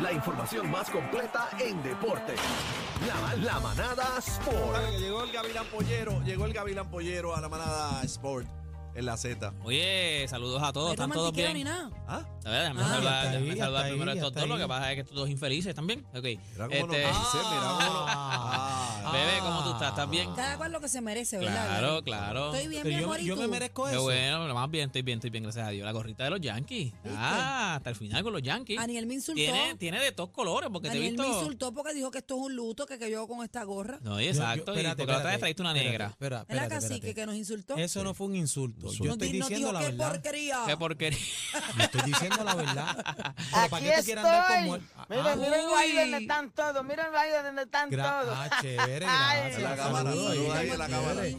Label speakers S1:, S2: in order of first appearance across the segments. S1: La información más completa en deporte. La, la manada Sport.
S2: Dale, que llegó el Gavilán Pollero, llegó el Gavilán Pollero a la manada Sport en la Z.
S3: Oye, saludos a todos,
S4: No hay
S3: están todos
S4: romantiqueo
S3: bien.
S4: ni nada.
S2: ¿Ah?
S3: A ver, déjame
S4: Ah,
S3: saludar,
S5: está
S3: déjame
S5: ahí,
S3: saludar
S5: está
S3: primero
S5: ahí,
S3: a estos
S5: está
S3: dos, lo
S5: ahí.
S3: que pasa es que estos dos infelices también. Ok.
S2: Mira cómo nos
S3: Este,
S2: dice, mira cómo nos- Ah,
S3: Bebé, ¿cómo tú estás? ¿Estás bien?
S4: Cada cual lo que se merece, ¿verdad?
S3: Claro,
S4: Gaby?
S3: claro.
S4: Estoy bien,
S5: Pero
S4: mi
S5: yo,
S4: amor,
S5: me-
S4: ¿y
S5: yo me
S4: tú?
S5: merezco
S3: Qué
S5: eso.
S3: bueno, lo más bien, estoy bien, estoy bien, gracias a Dios. La gorrita de los Yankees. Ah, hasta el final con los Yankees.
S4: Aniel me insultó.
S3: Tiene, tiene de todos colores, porque
S4: Daniel
S3: te he
S4: me
S3: visto.
S4: insultó porque dijo que esto es un luto, que, que yo con esta gorra.
S3: No, y
S5: Yo- yo-
S3: exacto. y
S5: espérate,
S3: porque la otra vez
S5: espérate,
S3: trajiste una
S5: espérate,
S3: negra.
S4: Es
S5: espera,
S4: la
S5: espérate,
S4: cacique que
S5: espérate.
S4: nos insultó.
S5: Eso no fue un insulto. Yo
S4: Nos
S5: estoy
S4: di- nos
S5: diciendo
S4: dijo
S5: la
S4: qué
S5: verdad.
S4: porquería.
S3: Qué porquería.
S5: Yo estoy diciendo la verdad. Pero ¿para
S6: Aquí
S5: qué tú
S6: estoy.
S5: quieres andar con muer- Ah,
S6: Miren, miren ahí
S3: uy.
S6: donde están todos. Miren ahí donde están
S5: gra-
S6: todos.
S5: ah, chévere,
S6: Ay.
S5: gracias.
S2: La cámara,
S5: saludos,
S2: saludos
S5: Javi,
S2: ahí en la cámara.
S5: chévere.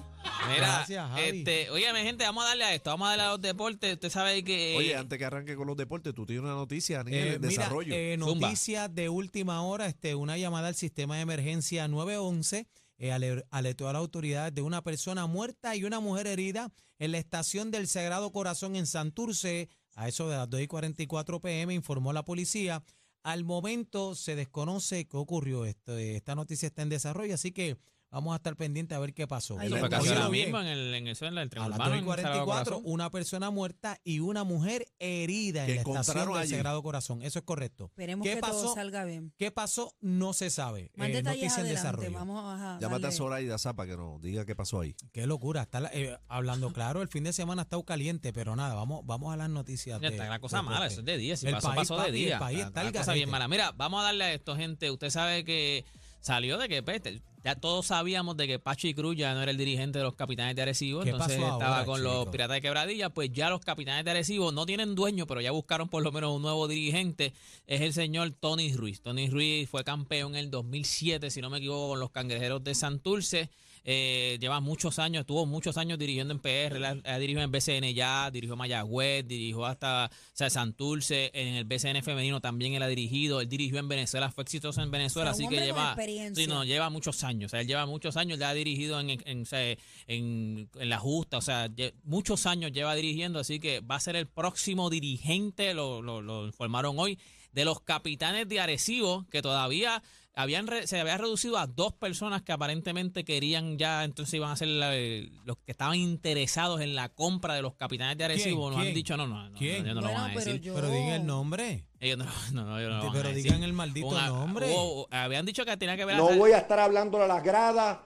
S3: Mira,
S5: Gracias, Javi.
S3: este, óyeme, gente, vamos a darle a esto, vamos a darle a los deportes. Usted sabe que. eh,
S2: Oye, antes que arranque con los deportes, tú tienes una noticia, Aniel,
S5: Eh,
S2: en
S5: mira,
S2: desarrollo.
S5: eh,
S3: Zumba.
S5: noticias de última hora, este, una llamada al sistema de emergencia 911 eh, ale- alertó a las autoridades de una persona muerta y una mujer herida en la estación del Sagrado Corazón en Santurce. A eso de las 2 y 44 pm informó la policía. Al momento se desconoce qué ocurrió. Esto, eh, esta noticia está en desarrollo, así que vamos a estar pendientes a ver qué pasó.
S4: Ay,
S3: Eso
S4: la-
S3: fue casi
S4: Oye,
S3: ahora
S4: lo
S5: Oye,
S3: mismo en el, en el, en el tren
S5: a las
S3: urbano,
S5: 2 y
S3: en Sagrado
S5: 44,
S3: Corazón.
S5: una persona muerta y una mujer herida
S2: Que
S5: en la estación
S2: encontraron
S5: del
S2: allí.
S5: Sagrado Corazón. Eso es correcto.
S4: Esperemos
S5: ¿Qué
S4: que todo
S5: pasó?
S4: salga bien.
S5: ¿Qué pasó? No se sabe.
S4: Más
S5: Eh,
S4: detalles
S5: noticia en
S4: adelante.
S5: desarrollo.
S4: Vamos a a
S2: Llámate a
S4: darle-
S2: Zoraida Zapa que nos diga qué pasó ahí.
S5: Qué locura. Está la- eh, hablando claro, el fin de semana ha estado caliente, pero nada, vamos, vamos a las noticias.
S3: Ya
S5: de-
S3: está la cosa
S5: de-
S3: mala, eso es de día. Si
S5: El
S3: pasó,
S5: país,
S3: pasó de
S5: papi, el
S3: día.
S5: país
S3: La-
S5: está
S3: la
S5: al
S3: cosa bien
S5: garete.
S3: mala. Mira, vamos a darle a esto, gente. Usted sabe que salió de que pues, te- ya todos sabíamos de que Pachi Cruz ya no era el dirigente de los capitanes de Arecibo.
S5: ¿Qué
S3: Entonces
S5: pasó ahora,
S3: estaba con los
S5: chico?
S3: piratas de quebradilla. Pues ya los capitanes de Arecibo no tienen dueño, pero ya buscaron por lo menos un nuevo dirigente. Es el señor Tony Ruiz. Tony Ruiz fue campeón en el 2007, si no me equivoco, con los cangrejeros de Santurce. Eh, lleva muchos años, estuvo muchos años dirigiendo en PR, la- ha dirigido en BCN ya, dirigió Mayagüez, dirigió hasta o sea, Santurce, en el BCN femenino también él ha dirigido, él dirigió en Venezuela, fue exitoso en Venezuela,
S4: O sea, un
S3: así que
S4: hombre con
S3: lleva...
S4: experiencia.
S3: Sí, no, lleva muchos años, o sea, él lleva muchos años, ya ha dirigido en, en, en- o sea, en- en la justa, o sea, lle- muchos años lleva dirigiendo, así que va a ser el próximo dirigente, lo, lo, lo informaron hoy, de los capitanes de Arecibo, que todavía habían re- se había reducido a dos personas que aparentemente querían ya, entonces iban a ser la- eh, los que estaban interesados en la compra de los capitanes de Arecibo, nos han
S5: ¿Quién?
S3: dicho, no, no, no,
S5: ¿Quién?
S3: ellos no lo
S4: Bueno,
S3: van a
S4: pero
S3: decir.
S4: yo-
S5: Pero digan el nombre.
S3: Ellos no, no, no, ellos no lo van a
S5: pero
S3: decir. oh,
S5: digan el maldito
S3: Un-
S5: nombre.
S3: hubo- habían dicho que tenía que ver
S7: No
S3: hasta-
S7: voy a estar hablando a las gradas.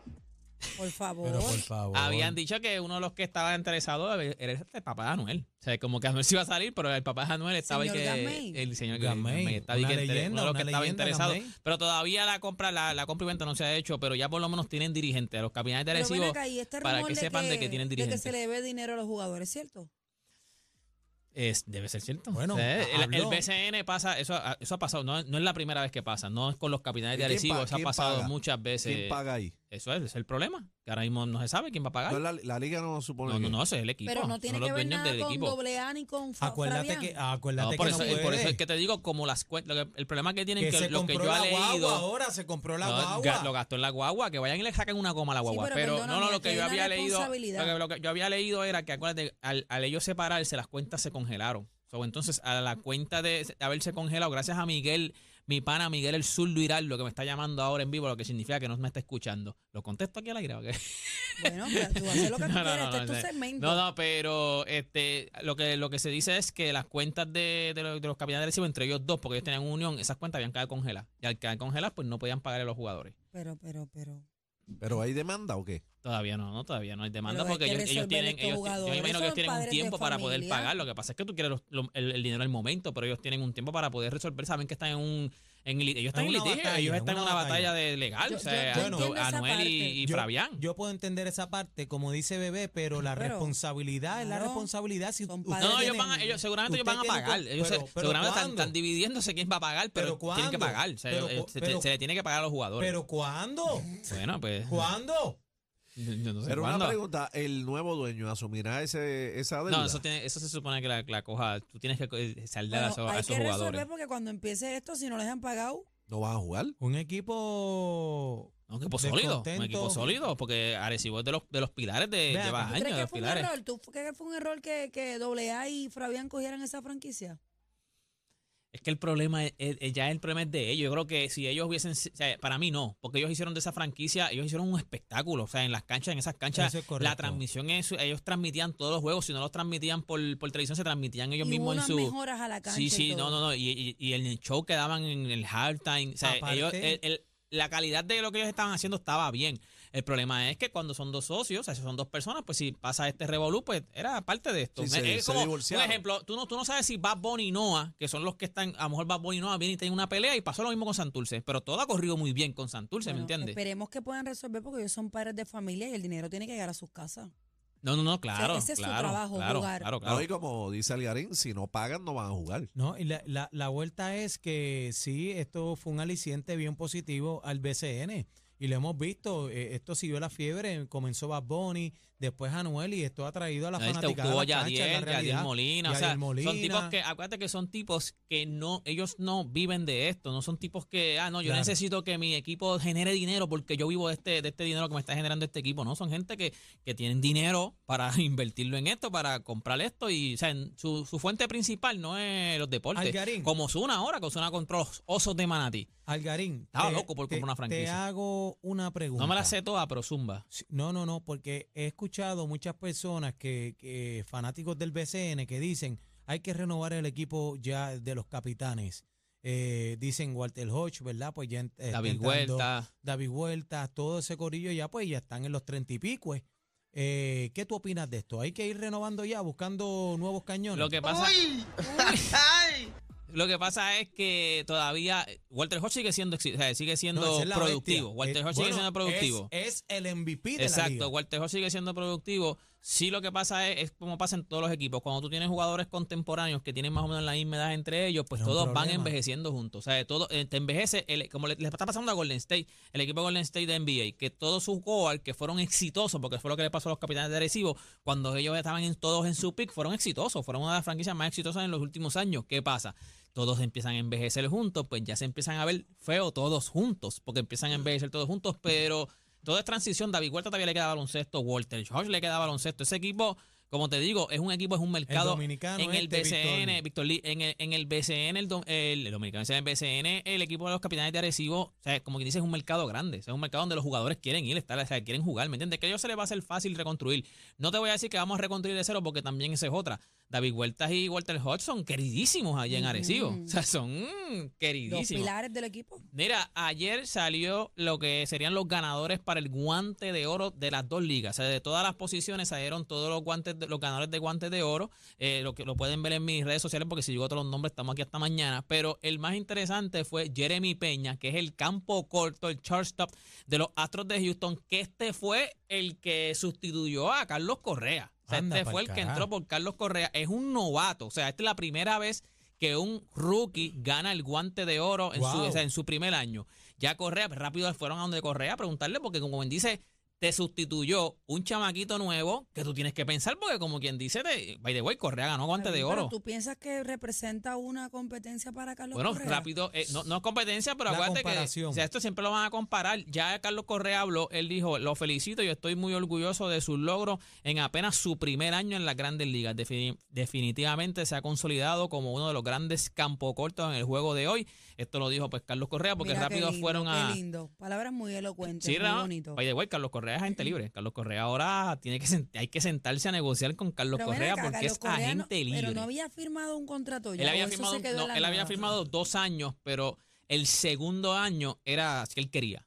S4: Por favor.
S5: Pero por favor.
S3: oh, Habían dicho que uno de los que estaba interesado era este, el papá de Anuel. O sea, como que Anuel se iba a salir, pero el papá de Anuel estaba ahí
S4: Señor Gamay.
S3: que. El señor
S5: Gamay,
S3: Gamay estaba ahí
S5: una
S3: que entre-
S5: leyenda,
S3: uno de los
S5: una
S3: que estaba
S5: leyenda,
S3: interesado.
S5: Gamay.
S3: Pero todavía la compra, la, la compra y venta no se ha hecho, pero ya por lo menos tienen dirigentes. Los capitanes de
S4: Pero ven
S3: Arecibo,
S4: acá, y este
S3: para
S4: rumor
S3: que sepan de que tienen
S4: de
S3: dirigentes.
S4: se le debe dinero a los jugadores, ¿cierto?
S3: Es- debe ser cierto.
S5: Bueno,
S3: O sea, el, el
S5: habló.
S3: BCN pasa, eso, ha- eso ha pasado, no, no es la primera vez que pasa, no es con los capitanes
S2: ¿Y
S3: de
S2: quién
S3: Arecibo,
S2: pa-
S3: eso ha
S2: quién
S3: pasado
S2: paga?
S3: muchas veces.
S2: ¿Quién paga ahí?
S3: Eso es, ese es el problema, que ahora mismo no se sabe quién va a
S2: No,
S3: pagar.
S2: la, la liga no supone
S3: No, no,
S2: que-
S3: no, ese es el equipo.
S4: Pero no
S3: son
S4: tiene
S3: los
S4: que ver
S3: dueños
S4: nada
S3: del
S4: con
S3: equipo. ah,
S4: doble A ni con Fa-
S5: Acuérdate
S4: Fabián.
S5: que,
S3: No,
S5: acuérdate
S3: por,
S5: que
S3: eso,
S5: no puede.
S3: por eso es que te digo, como las cuentas. lo que- El problema que tienen
S5: Que
S3: que,
S5: se
S3: lo que yo
S5: compró
S3: he
S5: la
S3: leído.
S5: guagua ahora, se compró la
S3: no,
S5: guagua.
S3: ga- lo gastó en la guagua, que vayan y le saquen una goma a la guagua.
S4: pero
S3: pero no,
S4: perdóname,
S3: no, lo
S4: aquí hay
S3: que yo
S4: una
S3: había leído. Lo
S4: responsabilidad.
S3: que, lo que yo había leído era que, acuérdate, al, al ellos separarse, las cuentas se congelaron. So, entonces, a la cuenta de de haberse congelado, gracias a Miguel, mi pana Miguel el Zurdo Hiraldo, que me está llamando ahora en vivo, lo que significa que no me está escuchando. Lo contesto aquí al aire. ¿o qué?
S4: Bueno, pero tú haces lo que tú
S3: No, no,
S4: quieras,
S3: no,
S4: este
S3: no,
S4: es tu
S3: no.
S4: segmento.
S3: No, no, pero este, lo que lo que se dice es que las cuentas de, de los, de los capitanes de Arecibo, entre ellos dos, porque ellos tenían unión, esas cuentas habían quedado congeladas. Y al quedar congeladas, pues no podían pagarle a los jugadores.
S4: Pero, pero, pero.
S2: Pero hay demanda o qué?
S3: Todavía no, no, todavía no hay demanda
S4: Pero hay
S3: porque
S4: que
S3: ellos, ellos
S4: resolver
S3: tienen,
S4: estos
S3: ellos, yo
S4: jugadores,
S3: me imagino que ellos
S4: son
S3: tienen un
S4: padres de
S3: tiempo para poder
S4: familia.
S3: pagar. Lo que pasa es que tú quieres los- lo- el, el dinero al momento, pero ellos tienen un tiempo para poder resolver. Saben que están en un en li- ellos están en
S5: En una
S3: litigio, ellos
S5: batalla,
S3: están en una batalla, de legal,
S4: Yo-
S3: o sea,
S4: yo-
S5: yo
S3: Anu-
S5: entiendo
S4: esa
S3: Anuel
S4: parte.
S3: y, y Fabián.
S5: yo puedo entender esa parte, como dice Bebé, pero la
S4: Pero,
S5: responsabilidad es la
S4: claro,
S5: responsabilidad. Si
S4: son
S5: ustedes
S4: padres.
S3: No, no, ellos
S5: tienen-
S3: van a- ellos- seguramente ellos van a
S5: ustedes tienen
S3: pagar.
S5: con-
S3: Ellos se-
S5: pero- pero
S3: seguramente están,
S5: ¿cuándo?
S3: están dividiéndose quién va a pagar, pero,
S5: ¿Pero
S3: tienen que
S5: cuándo?
S3: pagar. O sea,
S5: Pero
S3: eh,
S5: cu-
S3: se,
S5: pero-
S3: se le tiene que pagar a los jugadores.
S5: ¿Pero cuándo?
S3: bueno, pues.
S5: ¿Cuándo?
S3: Yo no sé
S2: Pero una
S3: cuándo.
S2: pregunta, ¿el nuevo dueño asumirá ese, esa deuda?
S3: No, eso, tiene- eso se supone que la, la coja. Tú tienes que eh, saldar a
S4: Bueno,
S3: esos, a
S4: hay
S3: esos
S4: que
S3: jugadores.
S4: resolver porque cuando empiece esto, si no les han pagado,
S2: ¿No van a jugar?
S5: Un equipo.
S3: Un equipo sólido. Un
S5: descontento.
S3: equipo sólido. Porque Arecibo es de los, de los pilares de.
S5: Ve
S3: Lleva
S5: acá.
S4: ¿tú
S3: años de
S4: crees que
S3: los
S4: fue un
S3: pilares.
S4: error? ¿Tú crees que fue un error que, que doble A y Fabián cogieran esa franquicia?
S3: Es que el problema es- es- ya el problema es de ellos. Yo creo que si ellos hubiesen, o sea, para mí no, porque ellos hicieron de esa franquicia, ellos hicieron un espectáculo, o sea, en las canchas, en esas canchas,
S5: Eso es correcto.
S3: la transmisión es, ellos transmitían todos los juegos, si no los transmitían por, por televisión, se transmitían ellos
S4: Y hubo
S3: mismos en
S4: unas
S3: su
S4: mejoras a la cancha.
S3: Sí,
S4: y
S3: sí, no,
S4: todo.
S3: no, no. Y, y- y el show que daban en el halftime. O sea,
S5: Aparte-
S3: ellos- el- el- la calidad de lo que ellos estaban haciendo estaba bien. El problema es que cuando son dos socios, o sea, si son dos personas, pues si pasa este revolú, pues era parte de esto.
S2: Sí, se-
S3: es
S2: se
S3: como, un
S2: divorciaron.
S3: ejemplo, tú no, tú no sabes si Bad Bunny y Noah, que son los que están, a lo mejor Bad Bunny y Noah vienen y tienen una pelea y pasó lo mismo con Santurce, pero todo ha corrido muy bien con Santurce, ¿me
S4: Bueno, pues,
S3: entiendes?
S4: Esperemos que puedan resolver porque ellos son padres de familia y el dinero tiene que llegar a sus casas.
S3: No, no, no, claro.
S4: ese es su
S3: claro,
S4: trabajo,
S3: claro,
S4: jugar.
S3: claro,
S2: No,
S3: claro.
S2: y como dice Algarín, si no pagan no van a jugar.
S5: No, y la, la- la vuelta es que sí, esto fue un aliciente bien positivo al BCN. Y lo hemos visto, eh, esto siguió la fiebre, comenzó Bad Bunny, después Anuel, y esto ha traído a la
S3: Ahí está,
S5: fanaticada a
S3: tuvo
S5: la cancha, es la
S3: Yadiel, Yadiel
S5: realidad.
S3: Molina, o
S5: Yadiel
S3: sea, son tipos
S5: Molina.
S3: que, acuérdate que son tipos que no, ellos no viven de esto, no son tipos que, ah, no, yo
S5: Claro.
S3: necesito que mi equipo genere dinero porque yo vivo de este, de este dinero que me está generando este equipo, no, son gente que, que tienen dinero para invertirlo en esto, para comprar esto y, o sea, en- su, su fuente principal no es los deportes,
S5: Algarín.
S3: como Zuna ahora, que Zuna contra los osos de Manatí,
S5: Algarín,
S3: Estaba
S5: te-
S3: loco por
S5: te-
S3: comprar una
S5: Te
S3: franquicia.
S5: hago una pregunta.
S3: no me la sé toda, pero zumba.
S5: Sí, No, no, no, porque he escuchado muchas personas que, que fanáticos del BCN que dicen hay que renovar el equipo ya de los capitanes. Eh, dicen Walter Hodge, ¿verdad? Pues ya en-
S3: David
S5: están dando-
S3: Huerta.
S5: David Huerta, todo ese corillo ya pues ya están en los treinta y pico. eh. Eh, ¿Qué tú opinas de esto? ¿Hay que ir renovando ya, buscando nuevos cañones?
S3: Lo que pasa,
S6: ¡Uy! ¡Ay!
S3: Lo que pasa es que todavía eh, Walter Hodge sigue siendo, exi- o sea, sigue siendo
S5: No, esa es la
S3: productivo.
S5: bestia.
S3: Walter
S5: Eh,
S3: Hodge
S5: bueno,
S3: sigue siendo productivo.
S5: Es, es el MVP de la
S3: Exacto,
S5: liga.
S3: Walter Hodge sigue siendo productivo. Sí, lo que pasa es, es como pasa en todos los equipos. Cuando tú tienes jugadores contemporáneos que tienen más o menos la misma edad entre ellos, pues
S5: Es un
S3: todos van
S5: problema.
S3: envejeciendo juntos. O sea, todo, eh, te envejece, el- como le, le está pasando a Golden State, el equipo de Golden State de NBA, que todos sus goals que fueron exitosos, porque fue lo que le pasó a los capitanes de Arecibo, cuando ellos estaban en, todos en su pick, fueron exitosos, fueron una de las franquicias más exitosas en los últimos años. ¿Qué pasa? Todos empiezan a envejecer juntos, pues ya se empiezan a ver feo todos juntos, porque empiezan a envejecer todos juntos, pero todo es transición. David Huerta todavía le queda baloncesto, Walter George le queda baloncesto. Ese equipo, como te digo, es un equipo, es un mercado.
S5: dominicano
S3: en el
S5: este,
S3: BCN,
S5: Víctor.
S3: Víctor Lee, en el, en el BCN, el, dom- el- el dominicano, en el BCN, el equipo de los capitanes de Arecibo, o sea, como quien dice, es un mercado grande. o sea, es un mercado donde los jugadores quieren ir, estar, o sea, quieren jugar, ¿me entiendes? Que a ellos se les va a hacer fácil reconstruir. No te voy a decir que vamos a reconstruir de cero porque también esa es otra. David Huertas y Walter Hodgson, queridísimos allá en Arecibo.
S4: Ujú.
S3: O sea, son
S4: Los
S3: queridísimos.
S4: pilares del equipo.
S3: Mira, ayer salió lo que serían los ganadores para el guante de oro de las dos ligas. O sea, de todas las posiciones salieron todos los guantes, de- los ganadores de guantes de oro. Eh, lo que lo pueden ver en mis redes sociales porque si digo todos los nombres estamos aquí hasta mañana. Pero el más interesante fue Jeremy Peña, que es el campo corto, el shortstop de los Astros de Houston, que este fue el que sustituyó a Carlos Correa. O sea,
S5: Anda
S3: este
S5: pa'l
S3: fue el que
S5: carajo.
S3: entró por Carlos Correa. Es un novato. O sea, esta es la primera vez que un rookie gana el guante de oro en, su,
S5: Wow.
S3: o sea, en su primer año. Ya Correa, pues, rápido fueron a donde Correa a preguntarle, porque como quien dice, te sustituyó un chamaquito nuevo que tú tienes que pensar, porque como quien dice, te- by the way, Correa ganó guante de
S4: Pero
S3: oro.
S4: ¿Tú piensas que representa una competencia para Carlos
S3: Bueno,
S4: Correa?
S3: rápido, eh, no, no es competencia, pero
S5: La
S3: acuérdate que
S5: comparación.
S3: o sea, esto siempre lo van a comparar. Ya Carlos Correa habló, él dijo, lo felicito, yo estoy muy orgulloso de sus logros en apenas su primer año en las grandes ligas. Defini- definitivamente se ha consolidado como uno de los grandes campocortos en el juego de hoy. Esto lo dijo pues Carlos Correa, porque
S4: Mira qué
S3: rápido
S4: lindo,
S3: fueron a...
S4: Qué lindo. Palabras muy elocuentes.
S3: Sí,
S4: muy
S3: Ra-
S4: bonito.
S3: By the way, Carlos Correa es gente libre. Carlos Correa ahora tiene que sent- hay que sentarse a negociar con Carlos
S4: Pero ven
S3: Correa
S4: acá,
S3: porque
S4: Carlos
S3: es
S4: Correa no-
S3: agente libre.
S4: Pero no había firmado un contrato Pues ya.
S3: Él
S4: o
S3: había,
S4: eso
S3: firmado,
S4: se quedó
S3: no,
S4: en la
S3: él había
S4: nada.
S3: firmado dos años, pero el segundo año era si él quería.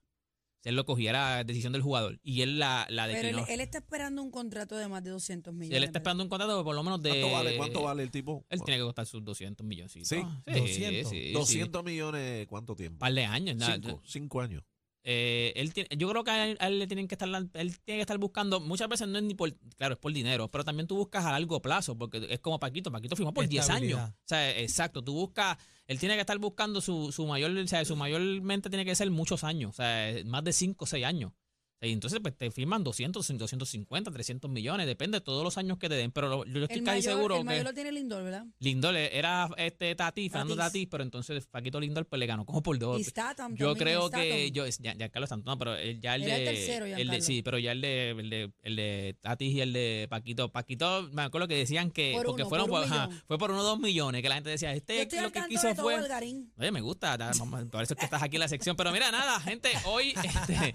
S3: Si él lo cogía, era decisión del jugador. Y él la, la
S4: Pero
S3: declinó.
S4: él,
S3: Si él,
S4: él está esperando un contrato de más de 200 millones.
S3: está
S4: ¿verdad?
S3: esperando un contrato por lo menos de.
S2: ¿Cuánto vale, cuánto vale el tipo?
S3: Él tiene que costar sus 200 millones. Sí,
S2: Sí,
S5: 200.
S3: sí, sí.
S2: 200 millones, ¿cuánto tiempo?
S3: Un par de años. nada.
S2: Cinco, cinco años.
S3: Eh, él tiene- yo creo que a él, a él le tienen que estar, él tiene que estar buscando, muchas veces no es ni por, claro, es por dinero, pero también tú buscas a largo plazo, porque es como Paquito, Paquito firmó por 10 años.
S5: Estabilidad.
S3: O sea, exacto, tú buscas, él tiene que estar buscando su, su mayor, o sea, su mayormente tiene que ser muchos años, o sea, más de 5 o 6 años. Y entonces pues, te firman 200, 250, 300 millones, depende de todos los años que te den. Pero lo- yo estoy
S4: El
S3: casi
S4: mayor,
S3: seguro
S4: el mayor
S3: que
S4: lo tiene Lindor, ¿verdad?
S3: Lindor era este Tati, Fernando
S4: Tatis.
S3: Tati, pero entonces Paquito Lindor pues, le ganó como por dos.
S4: Y Statham
S3: Yo
S4: también,
S3: creo
S4: Statham.
S3: que yo, es- ya, ya Carlos Santos, no, pero el- ya el
S4: Era
S3: de,
S4: el tercero,
S3: el de-
S4: Giancarlo.
S3: sí, pero ya el de, el de, el de Tatis y el de Paquito. Paquito, me acuerdo que decían que,
S4: Por
S3: porque
S4: uno,
S3: fueron,
S4: por un
S3: ajá,
S4: millón.
S3: fue por uno o dos millones, que la gente decía,
S4: Yo
S3: este
S4: estoy
S3: lo
S4: al
S3: que
S4: tanto
S3: quiso
S4: de todo,
S3: fue...
S4: Algarín.
S3: Oye, me gusta, da- mamá, por eso es que estás aquí en la sección. Pero mira, nada, gente, hoy, este,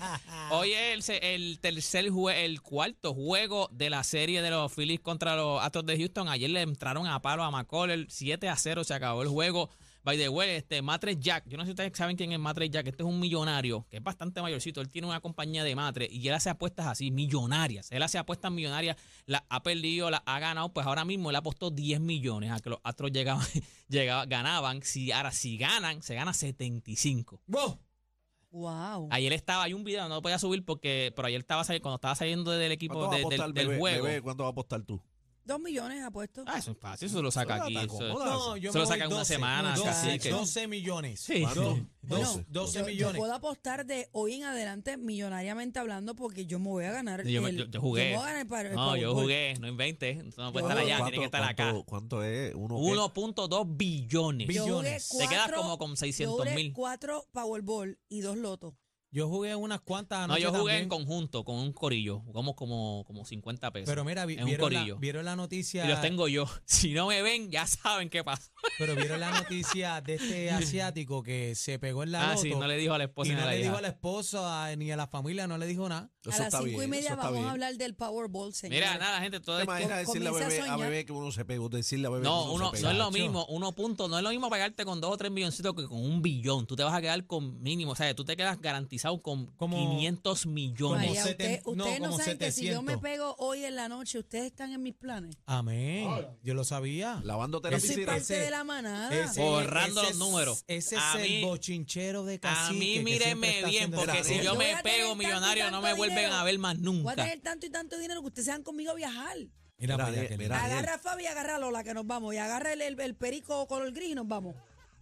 S3: hoy es el, se- el tercer jue- el cuarto juego de la serie de los Phillies contra los Astros de Houston. Ayer le entraron a palo a McCollum, 7 a 0, se acabó el juego. By the way, este Matre Jack, yo no sé si ustedes saben quién es Matre Jack, este es un millonario que es bastante mayorcito, él tiene una compañía de Matre y él hace apuestas así, millonarias, él hace apuestas millonarias, las ha perdido, las ha ganado, pues ahora mismo él apostó 10 millones a que los Astros llegaban, llegaban ganaban, si ahora si ganan, se gana 75.
S5: ¡Wow!
S4: Wow.
S3: Ayer estaba, hay un video, no lo podía subir porque, pero ayer estaba sali- cuando estaba saliendo del equipo
S2: ¿Cuánto va a
S3: pues, de- del-
S2: apostar,
S3: del
S2: bebé?
S3: juego.
S2: Bebé, ¿Cuánto va a apostar tú?
S4: Dos millones apuesto.
S3: Ah, eso es fácil, eso lo saca
S2: Eso
S3: aquí.
S2: no está
S3: eso-
S2: cómodo.
S5: No, yo
S3: Se
S5: me
S3: lo
S5: voy
S3: sacan una
S5: 12,
S3: semana,
S2: así
S5: 12,
S2: que-
S5: 12 millones.
S3: Sí.
S2: ¿Cuánto?
S3: Sí.
S2: Doce.
S4: Bueno,
S5: Doce
S4: yo, yo
S5: millones.
S4: puedo apostar de hoy en adelante millonariamente hablando porque yo me voy a ganar.
S3: Yo, me-
S4: el-
S3: yo- yo jugué.
S4: me voy a ganar el par- el
S3: no, yo
S4: Powerball.
S3: jugué, no inventes. Eso no puede
S4: Yo-
S3: estar allá,
S2: ¿Cuánto-
S3: tiene que estar acá.
S2: cuánto- ¿Cuánto es? Uno, qué?
S3: 1.2 billones.
S5: Billones.
S4: Yo jugué
S5: millones.
S3: Te quedas
S4: cuatro-
S3: como con 600
S4: yo jugué
S3: mil.
S4: cuatro Powerball y dos lotos.
S5: Yo jugué unas cuantas
S3: No,
S5: anoche
S3: yo jugué
S5: también,
S3: en conjunto con un corillo. Jugamos como, como 50 pesos.
S5: Pero mira, vi-
S3: en un
S5: vieron, la,
S3: corillo.
S5: vieron la noticia.
S3: y los tengo yo. Si no me ven, ya saben qué pasó.
S5: Pero vieron la noticia de este asiático que se pegó en la
S3: Ah,
S5: loto
S3: sí, no le dijo a la
S5: y
S3: esposa ni
S5: no
S3: a la
S5: le dijo
S3: hija.
S5: a la esposa a- ni a la familia, no le dijo nada.
S2: Eso
S4: a las
S2: está
S4: cinco y
S2: bien, eso
S4: media
S2: está
S4: vamos
S2: bien.
S4: a hablar del Powerball, señor.
S3: Mira, nada, gente, todo
S2: ¿Te
S3: esto-
S2: imaginas decirle a
S4: comienza a
S2: bebé, a
S4: soñar.
S2: bebé que uno se pegó? Decirle a bebé que
S3: No,
S2: uno,
S3: uno,
S2: se
S3: no
S2: pegó.
S3: es lo
S5: Chacho.
S3: mismo, uno punto, no es lo mismo pagarte con dos o tres milloncitos que con un billón. Tú te vas a quedar con mínimo, o sea, tú te quedas garantizado con
S5: Como-
S3: 500 millones.
S5: como
S4: María,
S5: seten-
S4: usted-
S5: no,
S4: ustedes no,
S5: como
S4: saben que si yo me
S5: 700.
S4: pego hoy en la noche, ustedes están en mis planes.
S5: Amén. Yo lo sabía.
S2: Lavándote la
S4: Yo soy
S5: Ese-
S2: piscina.
S4: parte
S5: ese-
S4: de la manada.
S5: Ese-
S3: Borrando
S5: ese
S3: los
S5: es-
S3: números.
S5: Ese es
S3: A
S5: el
S3: mí-
S5: bochinchero de cacique.
S3: A mí
S5: que siempre
S3: mírenme
S5: está
S3: bien,
S5: haciendo
S3: porque
S5: esas
S3: si yo
S5: cosas.
S4: Yo voy
S3: me
S4: a tener
S3: pego
S4: tanto y
S3: millonario no me
S4: tanto
S3: vuelven
S4: dinero.
S3: a ver más
S4: Voy a
S3: nunca.
S4: tener tanto y tanto dinero que ustedes se van conmigo a viajar.
S5: Mira, para allá,
S2: Mira,
S5: Kelly.
S2: mira. Daniel.
S4: Agarra a Fabi y agarra a Lola, que nos vamos. Y agarra el, el, el perico color gris y nos vamos.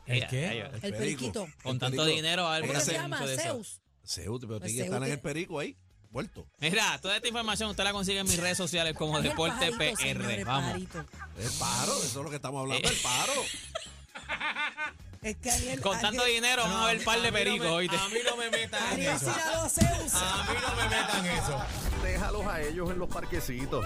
S5: ¿El qué?
S3: Ay, ay, ay.
S4: El periquito.
S3: Con tanto dinero, a ver,
S4: ¿Cómo
S3: Mira,
S4: se
S3: hace
S4: llama?
S3: mucho de eso.
S4: Zeus.
S2: Seúl, pero tiene que
S4: Zeus
S2: estar en
S4: que-
S2: el perico ahí, vuelto.
S3: Mira, toda esta información usted la consigue en mis redes sociales como
S4: Ay, el
S3: Deporte
S4: pajarito, señor,
S3: PR.
S4: el
S3: Vamos.
S4: pajarito.
S2: El paro, eso es lo que estamos hablando,
S3: Eh.
S2: el paro.
S4: Es que Ariel.
S3: Con tanto
S4: Ariel-
S3: dinero vamos a ver par de
S5: mí no me-
S3: pericos. oíste.
S5: A mí no me metan en
S4: Ariel
S5: eso.
S4: Cirado Zeus.
S5: A mí no me metan en eso.
S1: Déjalos a ellos en los parquecitos.